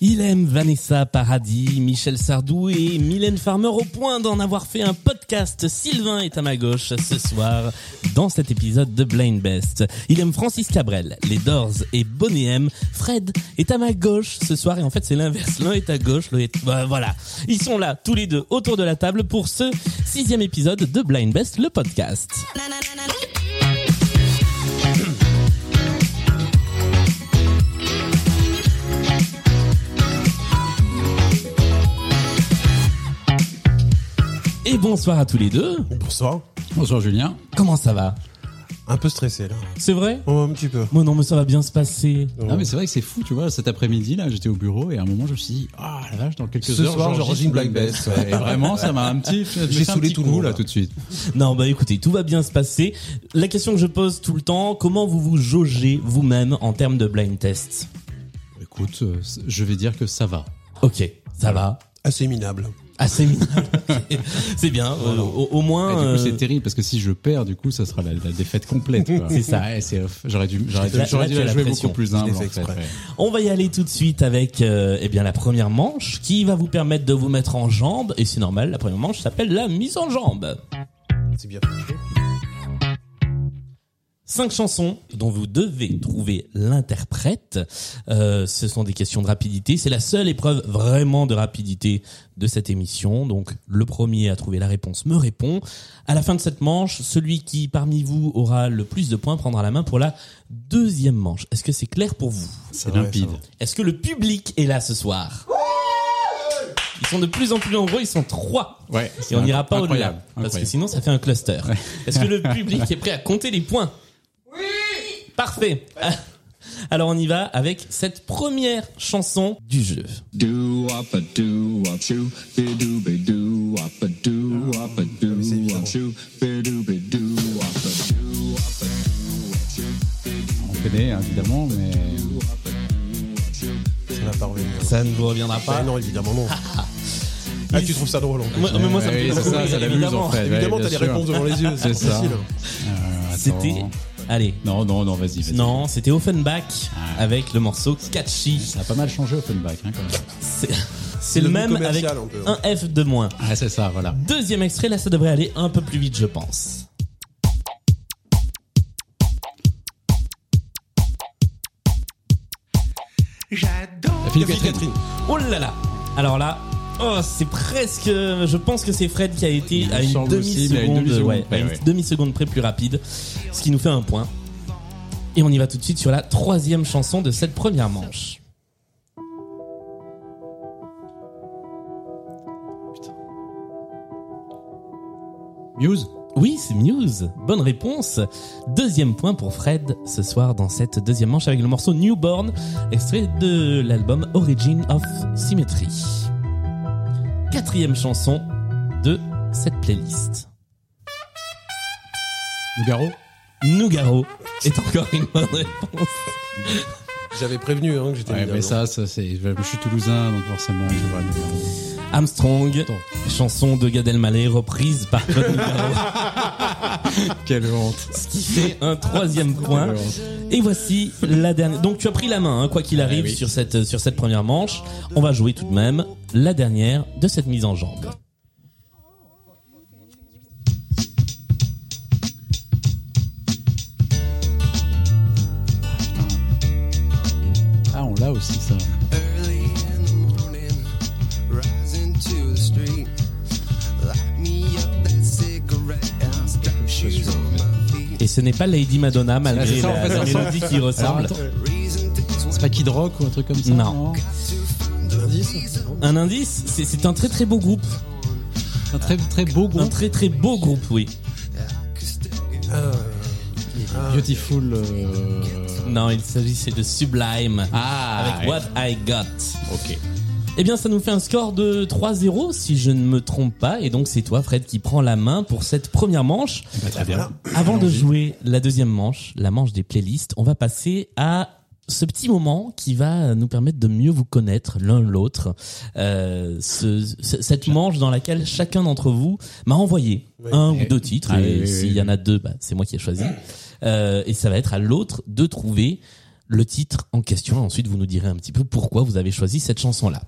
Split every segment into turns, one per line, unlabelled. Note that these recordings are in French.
Willem, Vanessa Paradis, Michel Sardou et Mylène Farmer au point d'en avoir fait un podcast. Sylvain est à ma gauche ce soir dans cet épisode de Blind Best. Il aime Francis Cabrel, les Doors et Bonnet M. Fred est à ma gauche ce soir et en fait c'est l'inverse. L'un est à gauche, l'autre est... Bah, voilà. Ils sont là tous les deux autour de la table pour ce sixième épisode de Blind Best, le podcast. Et bonsoir à tous les deux.
Bonsoir.
Bonsoir Julien.
Comment ça va
Un peu stressé là.
C'est vrai
Oh, un petit peu.
Moi non, mais ça va bien se passer.
Non mais c'est vrai que c'est fou, tu vois, cet après-midi là, j'étais au bureau et à un moment je me suis dit "Ah la vache, dans quelques
Ce
heures
soir, j'enregistre
j'enregistre
Black Best, ouais.
Et vraiment ça m'a un petit je me
J'ai
fais un
saoulé
petit
tout le
coup,
monde,
là
là.
tout de suite.
Non, bah écoutez, tout va bien se passer. La question que je pose tout le temps, comment vous vous jaugez vous-même en termes de blind test
Écoute, euh, c- je vais dire que ça va.
Ok, ça va.
Assez minable.
Assez minable. Ok, c'est bien. euh, au, au
Oh Et
moins...
du coup,
euh,
c'est terrible parce que si je perds, du coup, ça sera la, la défaite complète. quoi.
C'est ça.
Ouais, c'est off. J'aurais dû, j'aurais dû,
Là-
j'aurais
là,
dû
tu as
la
la
jouer
pression.
beaucoup plus
l'ai
humble.
fait
en fait,
exprès.
ouais.
On va y aller tout de suite avec euh, eh bien la première manche qui va vous permettre de vous mettre en jambe et c'est normal, la première manche s'appelle la mise en jambe.
C'est bien.
Cinq chansons dont vous devez trouver l'interprète. Euh, ce sont des questions de rapidité. C'est la seule épreuve vraiment de rapidité de cette émission. Donc le premier à trouver la réponse me répond. À la fin de cette manche, celui qui parmi vous aura le plus de points prendra la main pour la deuxième manche. Est-ce que c'est clair pour vous
C'est
Ouais,
limpide.
ça va.
Est-ce que le public est là ce soir Ils sont de plus en plus nombreux, ils sont trois.
Ouais.
Et on n'ira pas au-delà.
incroyable,
Parce que
incroyable.
sinon, ça fait un cluster. Est-ce que le public est prêt à compter les points Oui Parfait Alors on y va avec cette première chanson du jeu.
Do up a do up shoe, be do be do up a do up a do
mais c'est évident.
up shoe, be do be do up a do up a do up shoe, be do
On connaît évidemment, mais
up a do up shoe.
Ça va pas revenir.
Ça ne vous reviendra
Bah
pas.
non, évidemment non. ah, tu trouves ça drôle en plus.
Moi- mais moi, ça me
Ouais,
fait
c'est ça,
drôle,
ça l'amuse,
évidemment.
en fait.
Évidemment,
ouais,
t'as les
bien sûr.
réponses devant les yeux. C'est
C'est ça.
facile.
Euh,
C'était...
attends.
Allez.
Non, non, non, vas-y. vas-y.
Non, c'était Offenbach avec le morceau Catchy.
Ça a pas mal changé Offenbach, hein, quand même.
C'est- C'est le
devenu
même avec
commercial, un peu, hein.
un F de moins.
Ah, c'est ça, voilà.
Deuxième extrait, là ça devrait aller un peu plus vite je pense.
La Philippe
Catherine.
Catherine.
Oh là là Alors là, oh, c'est presque... Je pense que c'est Fred qui a été
Il
à
me
une
semble aussi, mais à une
demi-seconde
demi-seconde
ouais,
près,
à une
ouais.
demi-seconde près plus rapide, ce qui nous fait un point. Et on y va tout de suite sur la troisième chanson de cette première manche.
Muse
Oui, c'est Muse. Bonne réponse. Deuxième point pour Fred ce soir dans cette deuxième manche avec le morceau Newborn, extrait de l'album Origin of Symmetry. Quatrième chanson de cette playlist.
Nougaro
Nougaro est encore une bonne réponse.
J'avais prévenu hein, que j'étais
Ouais,
minable.
mais ça, ça c'est. Je suis toulousain, donc forcément, je vois Nougaro.
Armstrong, chanson de Gad Elmaleh reprise par Paul Nougaro,
Quelle honte.
ce qui fait un troisième point.
Quelle honte.
Et voici la dernière. Donc tu as pris la main, hein, quoi qu'il arrive,
Eh oui.
sur cette sur cette première manche. On va jouer tout de même la dernière de cette mise en jambe.
Ah, on l'a aussi, ça.
Early in the morning, rising to the street. Light me up that cigarette, I'll strap shoes on my feet.
Et ce n'est pas Lady Madonna
Ah,
malgré
c'est ça,
la,
on fait
la
ça euh, ensemble.
mélodie qui ressemble.
Alors, attends,
Reason things
c'est pas Kid Rock ou un truc comme ça
Non.
Un indice non
Un indice, c'est c'est un très très beau groupe,
Un très, très beau
un
groupe.
très très beau groupe, oui.
Ah,
Beautiful. euh,
Non, il s'agissait de Sublime
Ah
avec
ouais.
What I Got.
Ok.
Eh bien, ça nous fait un score de 3-0, si je ne me trompe pas. Et donc, c'est toi, Fred, qui prend la main pour cette première manche.
Bah, très bien.
Avant de jouer la deuxième manche, la manche des playlists, on va passer à ce petit moment qui va nous permettre de mieux vous connaître l'un l'autre. Euh, ce- ce- cette manche dans laquelle chacun d'entre vous m'a envoyé
Oui.
un ou
Eh.
deux titres.
Ah oui,
et
oui,
s'il
oui,
y en
oui.
a deux, bah, c'est moi qui ai choisi. Euh, et ça va être à l'autre de trouver le titre en question. Ensuite, vous nous direz un petit peu pourquoi vous avez choisi cette chanson-là.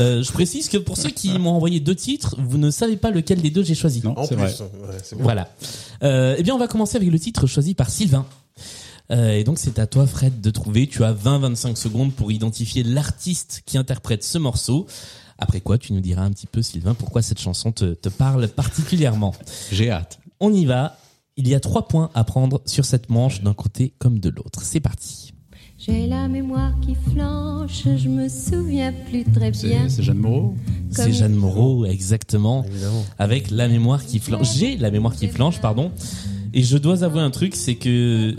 Euh, je précise que pour ceux qui m'ont envoyé deux titres, vous ne savez pas lequel des deux j'ai choisi.
Non,
En
c'est
plus,
vrai.
ouais, c'est bien.
Voilà. Euh, eh bien, on va commencer avec le titre choisi par Sylvain. Euh, et donc, c'est à toi, Fred, de trouver. Tu as 20-25 secondes pour identifier l'artiste qui interprète ce morceau. Après quoi, tu nous diras un petit peu, Sylvain, pourquoi cette chanson te, te parle particulièrement.
J'ai hâte.
On y va. Il y a trois points à prendre sur cette manche d'un côté comme de l'autre. C'est parti.
J'ai la mémoire qui flanche, je me souviens plus très bien.
C'est c'est Jeanne Moreau
C'est Jeanne Moreau, exactement.
Évidemment.
Avec la mémoire qui flanche. J'ai la mémoire qui flanche, pardon. Et je dois avouer un truc, c'est que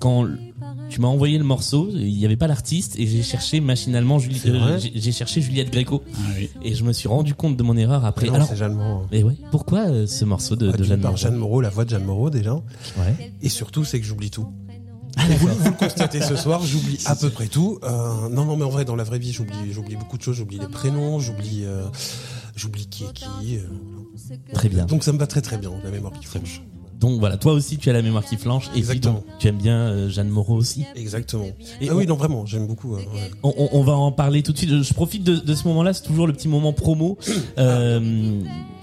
quand tu m'as envoyé le morceau, il n'y avait pas l'artiste et j'ai cherché machinalement Julie,
C'est vrai
euh, j'ai j'ai cherché Juliette Gréco
Ah oui.
et je me suis rendu compte de mon erreur après.
Non,
Alors,
c'est Jeanne Moreau.
mais ouais, pourquoi euh, ce morceau de,
Ah,
de
d'une
Jeanne
part,
Moreau
Jeanne Moreau, la voix de Jeanne Moreau déjà.
Ouais.
Et surtout, c'est que j'oublie tout.
Ah,
vous, vous le constatez ce soir, j'oublie à peu près tout. Euh, non, non, mais en vrai, dans la vraie vie, j'oublie, j'oublie beaucoup de choses. J'oublie les prénoms, j'oublie, euh, j'oublie qui est qui. euh.
Très bien.
Donc ça me va très très bien, la mémoire qui flanche.
Donc voilà, toi aussi tu as la mémoire qui flanche et puis,
Exactement.
donc, tu aimes bien euh, Jeanne Moreau aussi.
Exactement.
Et
ah oui, non, vraiment, j'aime beaucoup. euh, ouais.
On, on- on va en parler tout de suite. Je profite de, de ce moment-là, c'est toujours le petit moment promo. Euh,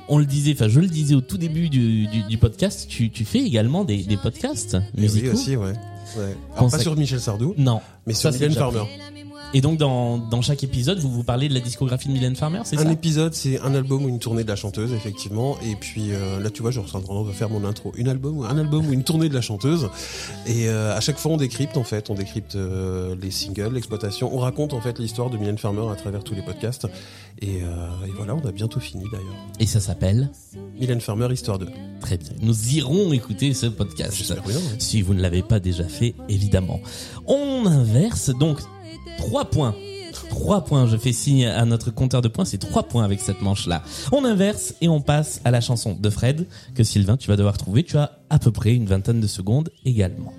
on le disait, enfin je le disais au tout début du, du- du podcast, tu, tu fais également des, des podcasts
Et oui,
musicaux.
aussi, ouais. Ouais.
Pense
Alors, pas
à-
sur Michel Sardou,
Non,
mais
ça,
sur
c'est
Mylène
déjà
Farmer.
Et donc dans, dans chaque épisode, vous vous parlez de la discographie de Mylène Farmer, c'est
Un
ça
épisode, c'est un album ou une tournée de la chanteuse, effectivement. Et puis euh, là, tu vois, je suis en train de faire mon intro. Une album, ou- un album ou une tournée de la chanteuse. Et euh, à chaque fois, on décrypte en fait, on décrypte euh, les singles, l'exploitation. On raconte en fait l'histoire de Mylène Farmer à travers tous les podcasts. Et, euh, et voilà, on a bientôt fini d'ailleurs.
Et ça s'appelle
Mylène Farmer, histoire 2.
Très bien. Nous irons écouter ce podcast.
J'espère bien. ouais.
Si vous ne l'avez pas déjà fait, évidemment. On inverse donc 3 points. 3 points, je fais signe à notre compteur de points, c'est 3 points avec cette manche-là. On inverse et on passe à la chanson de Fred, que Sylvain, tu vas devoir trouver. Tu as à peu près une vingtaine de secondes également.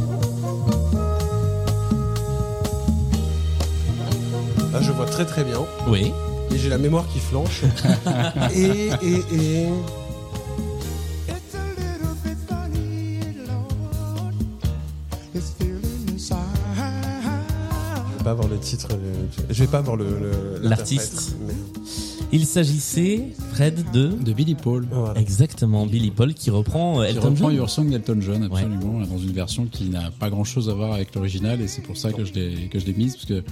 Là, Ah, je vois très très bien.
Oui.
Et j'ai la mémoire qui flanche. et, et, et.
It's a little bit funny, Lord. It's feeling inside.
Je vais pas avoir le titre. le- Je vais pas avoir le. le-
L'artiste.
l'interprète, mais-
Il s'agissait, Fred, de...
de Billy Paul.
Voilà.
Exactement, Billy Paul qui reprend euh,
Qui
Elton
reprend
John.
Your Song d'Elton John, absolument, dans une version qui n'a pas grand chose à voir avec l'original, et c'est pour ça que je l'ai que je l'ai mise, parce que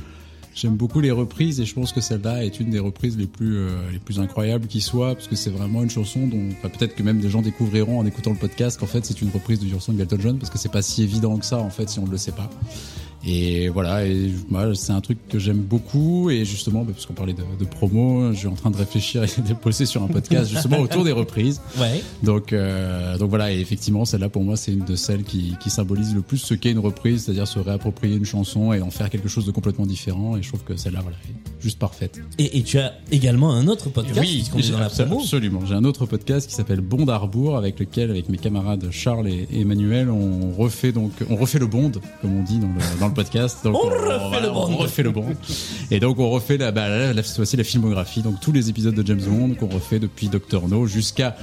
j'aime beaucoup les reprises, et je pense que celle-là est une des reprises les plus euh, les plus incroyables qui soit, parce que c'est vraiment une chanson dont enfin, peut-être que même des gens découvriront en écoutant le podcast qu'en fait c'est une reprise de Your Song d'Elton John, parce que c'est pas si évident que ça en fait si on ne le sait pas. Et voilà, et moi c'est un truc que j'aime beaucoup et justement bah, parce qu'on parlait de, de promo, je suis en train de réfléchir et de bosser sur un podcast justement autour des reprises.
Ouais.
Donc, euh, donc voilà, et effectivement, celle-là pour moi, c'est une de celles qui, qui symbolise le plus ce qu'est une reprise, c'est-à-dire se réapproprier une chanson et en faire quelque chose de complètement différent. Et je trouve que celle-là, voilà, est juste parfaite.
Et, et tu as également un autre podcast, puisqu'on est
j'ai-
dans la
absolu-
promo.
absolument. J'ai un autre podcast qui s'appelle Bond à rebours, avec lequel, avec mes camarades Charles et, et Emmanuel, on refait donc, on refait le Bond, comme on dit dans le, dans le podcast. Donc,
On refait le Bond.
On refait le Bond. Et donc, on refait la, bah, la- la- cette fois-ci la filmographie, donc tous les épisodes de James Bond qu'on refait depuis Doctor No jusqu'à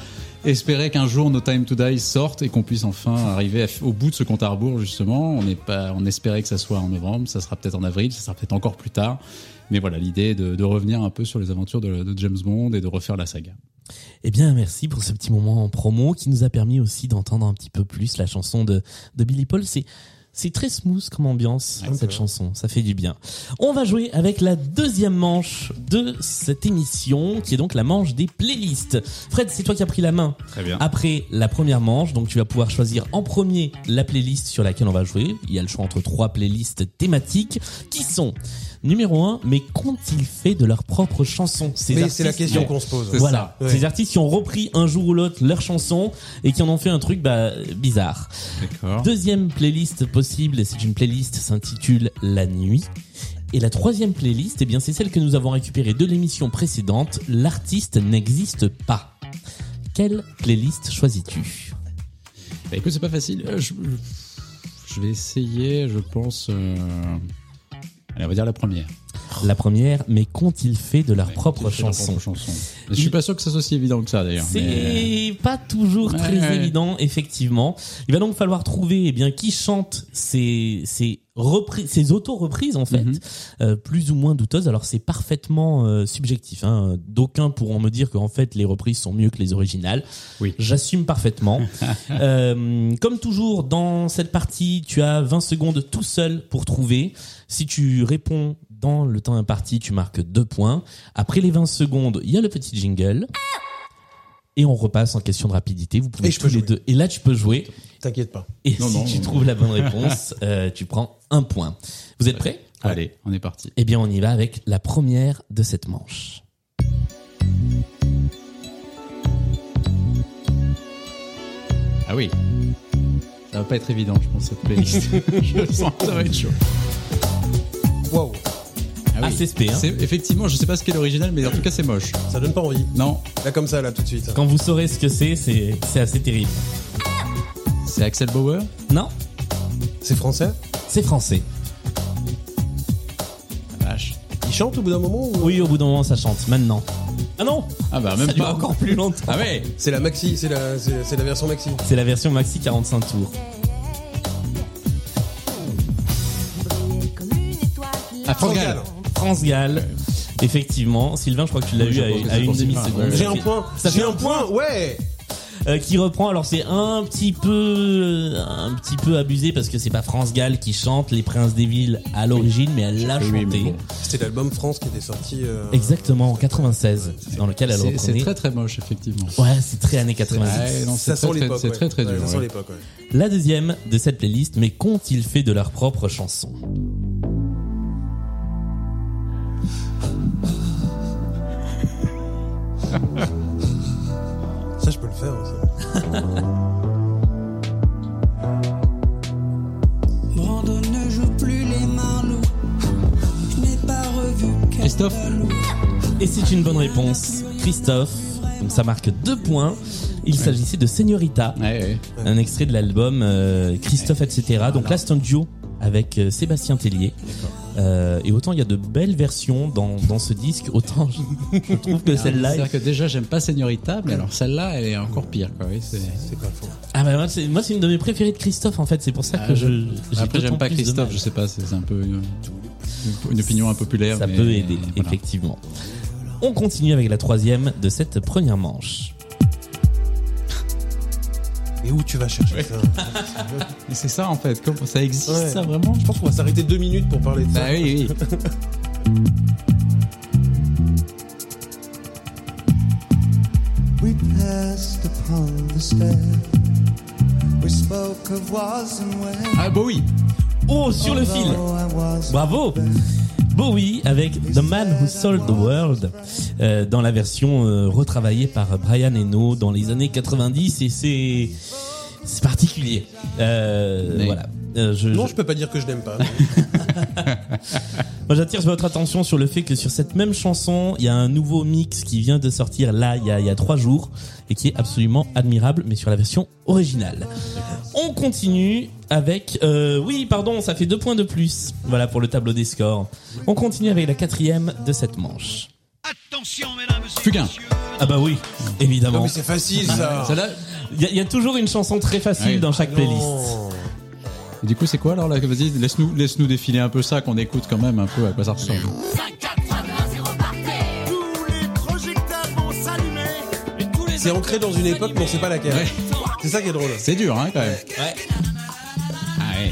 espérer qu'un jour No Time to Die sorte et qu'on puisse enfin arriver à- au bout de ce compte à rebours justement. On n'est pas, on espérait que ça soit en novembre, ça sera peut-être en avril, ça sera peut-être encore plus tard. Mais voilà, l'idée est de, de revenir un peu sur les aventures de, de James Bond et de refaire la saga.
Eh bien, merci pour ce petit moment en promo qui nous a permis aussi d'entendre un petit peu plus la chanson de, de Billy Paul. C'est c'est très smooth comme ambiance,
Ouais, c'est
cette
vrai.
chanson. Ça fait du bien. On va jouer avec la deuxième manche de cette émission, qui est donc la manche des playlists. Fred, c'est toi qui as pris la main
Très
Ah.
bien.
après la première manche. Donc, tu vas pouvoir choisir en premier la playlist sur laquelle on va jouer. Il y a le choix entre trois playlists thématiques qui sont numéro un, mais qu'ont-ils fait de leurs propres chansons? Ces
Mais c'est la
artistes-
question qu'on se pose.
C'est
voilà,
ça, ouais.
ces artistes qui ont repris un jour ou l'autre leurs chansons et qui en ont fait un truc bah, bizarre.
D'accord.
Deuxième playlist possible, c'est une playlist s'intitule La Nuit. Et la troisième playlist, eh bien c'est celle que nous avons récupérée de l'émission précédente, L'artiste n'existe pas. Quelle playlist choisis-tu
Bah écoute, c'est pas facile. Euh, Je, je vais essayer, je pense. euh, Allez, on va dire la première.
première. La première, mais qu'ont-ils fait de leur propre
C'est leur
chanson
propre chanson. Et Je suis pas sûr que ça soit si évident que ça d'ailleurs.
C'est
mais- euh,
pas toujours
Ouais,
très
ouais.
évident, effectivement. Il va donc falloir trouver eh bien qui chante ces ces reprises, ces auto-reprises en fait,
Mhm.
euh, plus ou moins douteuses. Alors c'est parfaitement euh, subjectif. Hein. D'aucuns pourront me dire qu'en fait les reprises sont mieux que les originales.
Oui.
J'assume parfaitement. Euh, comme toujours dans cette partie, tu as 20 secondes tout seul pour trouver. Si tu réponds dans le temps imparti, tu marques deux points. Après les 20 secondes, il y a le petit jingle. Et on repasse en question de rapidité. Vous pouvez
Et je
tous
peux
les
jouer.
deux. Et là, tu peux jouer.
T'inquiète pas.
Et
Non,
si
non,
tu
non,
trouves la bonne réponse, euh, tu prends un point. Vous êtes prêts
Allez, on est parti.
Eh bien, on y va avec la première de cette manche.
Ah oui. Ça va pas être évident, je pense, cette playlist. je sens que ça va être chaud.
Waouh,
Ah oui.
Assez spé, hein.
C'est- Effectivement, je sais pas ce qu'est l'original, mais en tout cas, c'est moche.
ça donne pas envie.
Non,
Là, comme ça, là, tout de suite.
Quand vous saurez ce que c'est, c'est c'est assez terrible.
c'est Axel Bauer.
Non,
C'est français
c'est français.
La vache.
Il chante au bout d'un moment ou...
Oui, au bout d'un moment, ça chante. Maintenant. Ah non
Ah bah,
Ça
même
dure
pas.
encore plus longtemps.
Ah ouais.
C'est la maxi, c'est la, c'est c'est la version maxi.
C'est la version maxi 45 tours.
Ah, Franck Gall.
Gall.
France Gall. Effectivement, Sylvain, je crois que tu l'as
Oui,
eu
je
à,
pense que
à
c'est
une
pour Sylvain,
demi-seconde.
ouais.
J'ai
Ça
un
fait-
point,
Ça
j'ai
fait
un point, ouais
euh, qui reprend. Alors c'est un petit peu, euh, un petit peu abusé parce que c'est pas France Gall qui chante Les Princes des Villes à l'origine, mais elle l'a
Oui,
chanté.
mais bon.
C'était l'album France qui était sorti. euh,
Exactement en 96, dans lequel elle
C'est- C'est
reprenait.
très très moche, effectivement.
Ouais, c'est très années 90.
Ouais, non, c'est
Ça sent
très, très-
l'époque.
c'est
ouais.
très très
Ouais,
dur.
Ça sent
ouais.
l'époque, ouais.
La deuxième de cette playlist, mais qu'ont-ils fait de leur propre chanson
Ça, je peux le faire. hein, Ça.
Brandon ne joue plus les Marlots. Je n'ai pas revu
Christophe
Et c'est une bonne réponse, Christophe. Donc ça marque deux points. Il s'agissait de Señorita.
Ouais, ouais.
un extrait de l'album euh, Christophe etc. Donc là c'est un duo avec euh, Sébastien Tellier. Euh, et autant il y a de belles versions dans, dans ce disque, autant je, je trouve que celle-là.
C'est-à-dire que déjà, j'aime pas Señorita, mais alors celle-là, elle est encore pire. Quoi. Oui, c'est-
C'est pas faux.
Ah bah moi c'est moi, c'est une de mes préférées de Christophe en fait, c'est pour ça que
Ah,
je. j'ai
Après,
d'autant
j'aime pas
plus de
Christophe,
mal.
je sais pas, c'est c'est un peu une, une opinion impopulaire.
Ça
mais- euh,
peut aider,
voilà.
effectivement. On continue avec la troisième de cette première manche.
Et où tu vas chercher ça
Mais c'est ça en fait, comment ça existe
Ouais.
ça vraiment
Je pense qu'on va s'arrêter deux minutes pour parler de ça.
Bah oui, oui.
We passed upon the stair. We spoke of was and where.
Ah bah oui
Oh, sur le fil
Although I was
Bravo Bowie avec The Man Who Sold the World euh, dans la version euh, retravaillée par Brian Eno dans les années 90 et c'est c'est particulier. Euh,
Mais-
Voilà. Euh, je-
Non,
je-
je peux pas dire que je n'aime pas.
moi j'attire votre attention sur le fait que sur cette même chanson, il y a un nouveau mix qui vient de sortir là il y a, il y a trois jours et qui est absolument admirable, mais sur la version originale. On continue avec... euh, oui, pardon, ça fait deux points de plus. Voilà pour le tableau des scores. On continue avec la quatrième de cette manche.
Fugain
Ah bah oui,
non,
évidemment.
mais c'est facile
Ah.
ça.
Celle-là
Il y, a- il y a toujours une chanson très facile
Ouais.
dans chaque playlist.
Non.
Et Du coup, c'est quoi alors là Vas-y, laisse-nous laisse -nous défiler un peu ça, qu'on écoute quand même un peu à quoi ça ressemble.
C'est ancré dans une époque, mais on sait pas laquelle.
Ouais.
C'est ça qui est drôle.
C'est dur, hein, quand même.
Ouais.
Ah ouais.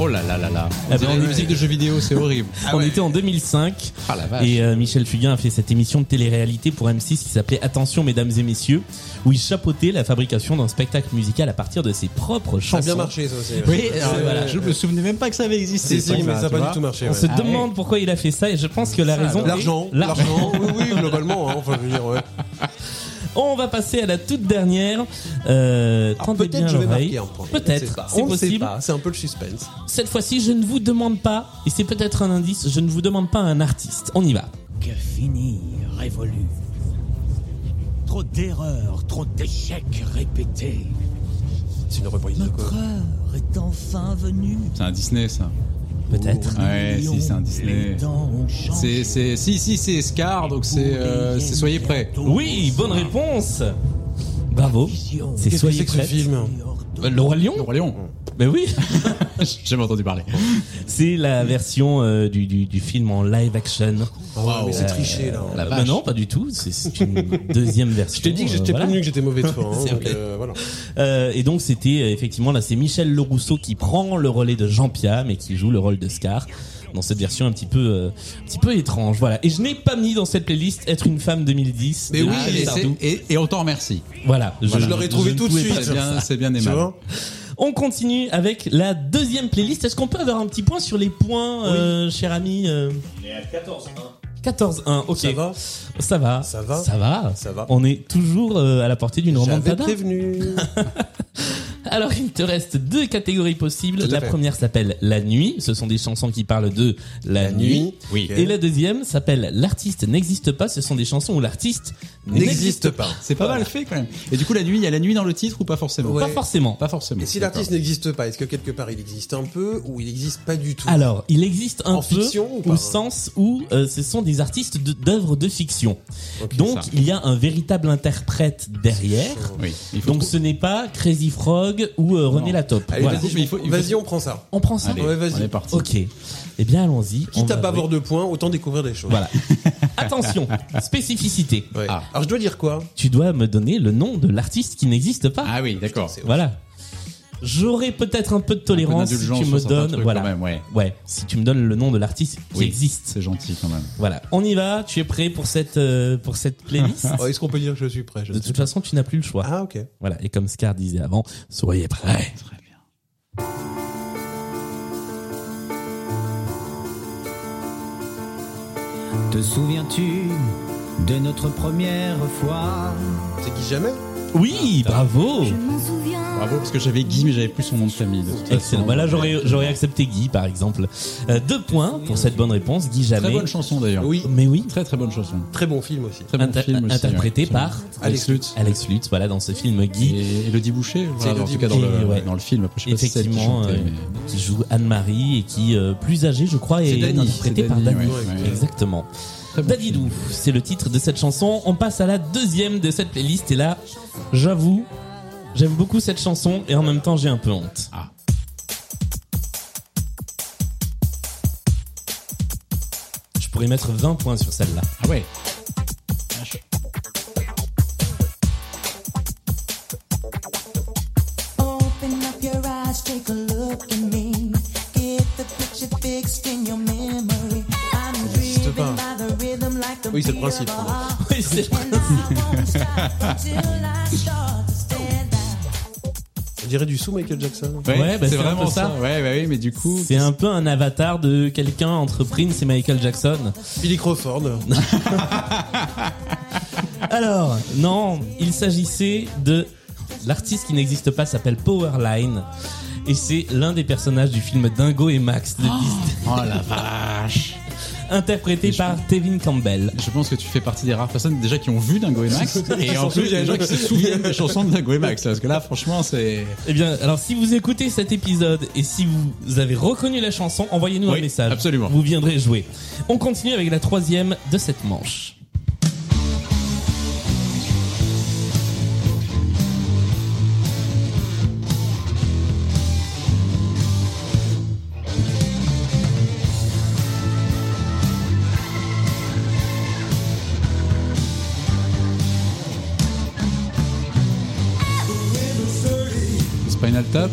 Oh là là là là. On
Ah
dirait
bah
une
ouais. Ah,
musique de jeux vidéo, c'est horrible.
On était en 2005
Ah la vache.
et euh, Michel Fugain a fait cette émission de télé-réalité pour M6 qui s'appelait Attention mesdames et messieurs où il chapeautait la fabrication d'un spectacle musical à partir de ses propres
Ça
chansons.
a bien marché ça aussi.
Oui, alors,
C'est-
voilà, euh, je me souvenais même pas que ça avait existé.
Si, si, mais ah, ça n'a pas du tout marché.
On
ouais. Ah,
se
Ah ouais.
demande pourquoi il a fait ça et je pense que la
Ça,
raison
alors.
est
L'argent, l'argent, oui, oui, globalement, hein, enfin, je veux dire, ouais.
Ah,
On va passer à la toute dernière. Euh,
Alors,
tendez bien
Peut-être je vais
l'oreille.
marquer un point.
Peut-être,
On
c'est
ne sait pas. On ne sait
possible.
pas, c'est un peu le suspense.
Cette fois-ci, je ne vous demande pas, et c'est peut-être un indice, je ne vous demande pas un artiste. On y va.
Que finir révolu. Trop d'erreurs, trop d'échecs répétés.
C'est une reprise de quoi
L'heure est enfin venue.
C'est un Disney, ça.
Peut-être.
Ouais, si, c'est un Disney. C'est, c'est, si, si, c'est Scar, donc c'est, euh, c'est Soyez prêts.
Oui, bonne réponse. Bravo. C'est
Oh, Qu'est-ce que
soyez
c'est que ce
prêts.
film
Bah, Le roi lion.
Le Roi Lion.
Mais Ben oui.
J'ai jamais entendu parler.
C'est la version euh, du, du, du film en live action.
Ah ouais, mais c'est triché là.
Bah non, pas du tout. C'est- C'est une deuxième version.
Je t'ai dit que
euh,
j'étais
voilà.
prévenu que j'étais mauvais de toi. hein,
C'est
donc,
vrai.
euh, voilà.
Euh, et donc c'était euh, effectivement là, c'est Michel Lerousseau qui prend le relais de Jean Piam et qui joue le rôle de Scar dans cette version un petit peu, euh, un petit peu étrange. Voilà. Et je n'ai pas mis dans cette playlist être une femme 2010.
Mais
de
oui,
Michel
et, c'est-
Sardou.
et, et on t'en remercie.
Voilà.
Je l'aurais trouvé
ne
tout de
pouvais
suite.
pas- C'est bien, c'est bien
Tu
aimable.
vois
On continue avec la deuxième playlist. Est-ce qu'on peut avoir un petit point sur les points, euh, cher ami euh 14-1. 14-1, ok.
Ça va
Ça va.
Ça va
Ça va.
Ça va.
On est toujours euh, à la portée d'une
J'avais
remontada.
prévenu.
Alors, il te reste deux catégories possibles.
Tout à
La
fait.
première s'appelle La Nuit. Ce sont des chansons qui parlent de la, nuit.
Oui.
Et la deuxième s'appelle L'artiste n'existe pas. Ce sont des chansons où l'artiste
N'existe pas.
C'est pas mal fait quand même. Et du coup, la nuit, il y a la nuit dans le titre ou pas forcément
Pas forcément.
Pas forcément.
Et si l'artiste n'existe pas, est-ce que quelque part il existe un peu ou il n'existe pas du tout
Alors, il existe un
En
peu
fiction ou pas
au sens où euh, ce sont des artistes de- d'œuvres de, fiction.
Ok,
Donc,
ça.
il y a un véritable interprète derrière.
Oui, il faut
Donc, ce n'est pas Crazy Frog ou euh, René
Non.
Latop.
Allez,
Voilà.
vas-y,
Mais il faut- il faut-
vas-y, on prend ça.
On prend ça
Allez,
Ouais, vas-y.
on est parti.
Ok. Eh bien, allons-y. On
Quitte à
va-
pas
oui.
avoir de points, autant découvrir des choses.
Voilà. Attention, spécificité.
Ouais.
Ah.
Alors je dois dire quoi
Tu dois me donner le nom de l'artiste qui n'existe pas.
Ah oui, d'accord.
Voilà. J'aurai peut-être un peu de tolérance si
d'indulgence
tu me
sur certains
donnes,
trucs
voilà,
quand même, ouais.
si tu me donnes le nom de l'artiste qui
Oui,
existe.
C'est gentil quand même.
Voilà, on y va. Tu es prêt pour cette euh, pour cette playlist
Oh, Est-ce qu'on peut dire que je suis prêt Je
De
ne sais
toute façon, tu n'as plus le choix.
pas. Ah ok.
Voilà, et comme Scar disait avant, soyez prêts.
Très bien.
Te souviens-tu de notre première
Ah,
fois
C'est qui jamais
Oui, bravo.
Je m'en souviens.
Bravo, parce que j'avais Guy, mais j'avais plus son nom de famille. de toute façon.
Excellent. Voilà, j'aurais j'aurais accepté Guy par exemple. Euh, deux points pour cette bonne réponse, Guy
Très
Jamais.
bonne chanson d'ailleurs.
Oui.
Mais oui,
Très très bonne chanson.
Très bon film aussi.
Très bon
Inter-
film aussi,
interprété
ouais.
par
Alex Lutz.
Alex Lutz, voilà, dans ce film Guy,
Et Elodie Boucher, voilà, en
Élodie
tout cas dans
Boucher,
le,
ouais.
dans le film. Après, je sais pas si c'est elle qui
effectivement,
chantait,
euh,
mais-
qui joue Anne-Marie et qui, euh, plus âgée, je crois, est,
C'est Dany,
interprétée
c'est
par
Dany,
Dany.
ouais, ouais.
Exactement.
Très bon
Dadidou, c'est le titre de cette chanson. On passe à la deuxième de cette playlist et là, j'avoue, j'aime beaucoup cette chanson et en même temps, j'ai un peu honte.
Ah.
Je pourrais mettre 20 points sur celle-là.
Ah ouais.
Open up your eyes, take a look at me. Get the picture fixed in your memory. I'm
n'existe
driven by the rhythm like the
Ah, Oui, c'est le
beat of
principe,
a
en fait.
heart.
Oui, c'est
And I won't stop until I start to stand out.
On dirait du sous Michael Jackson.
Ouais, bah, c'est
c'est
un
vraiment
peu
ça.
ça.
Ouais, bah oui, mais du coup.
c'est un peu un avatar de quelqu'un entre Prince et Michael Jackson.
Billy Crawford. Ah,
Alors, non, il s'agissait de l'artiste qui n'existe pas s'appelle Powerline et c'est l'un des personnages du film Dingo et Max de Disney,
Oh la vache.
interprété par Tevin Campbell.
Je pense que tu fais partie des rares personnes déjà qui ont vu Dingo et Max. et en plus, il y a des gens qui se souviennent des chansons de Dingo et Max. là, Parce que là, franchement, c'est.
Eh bien, alors si vous écoutez cet épisode et si vous avez reconnu la chanson, envoyez-nous un
Oui,
message.
absolument.
Vous viendrez jouer. On continue avec la troisième de cette manche.
Spinal Tap.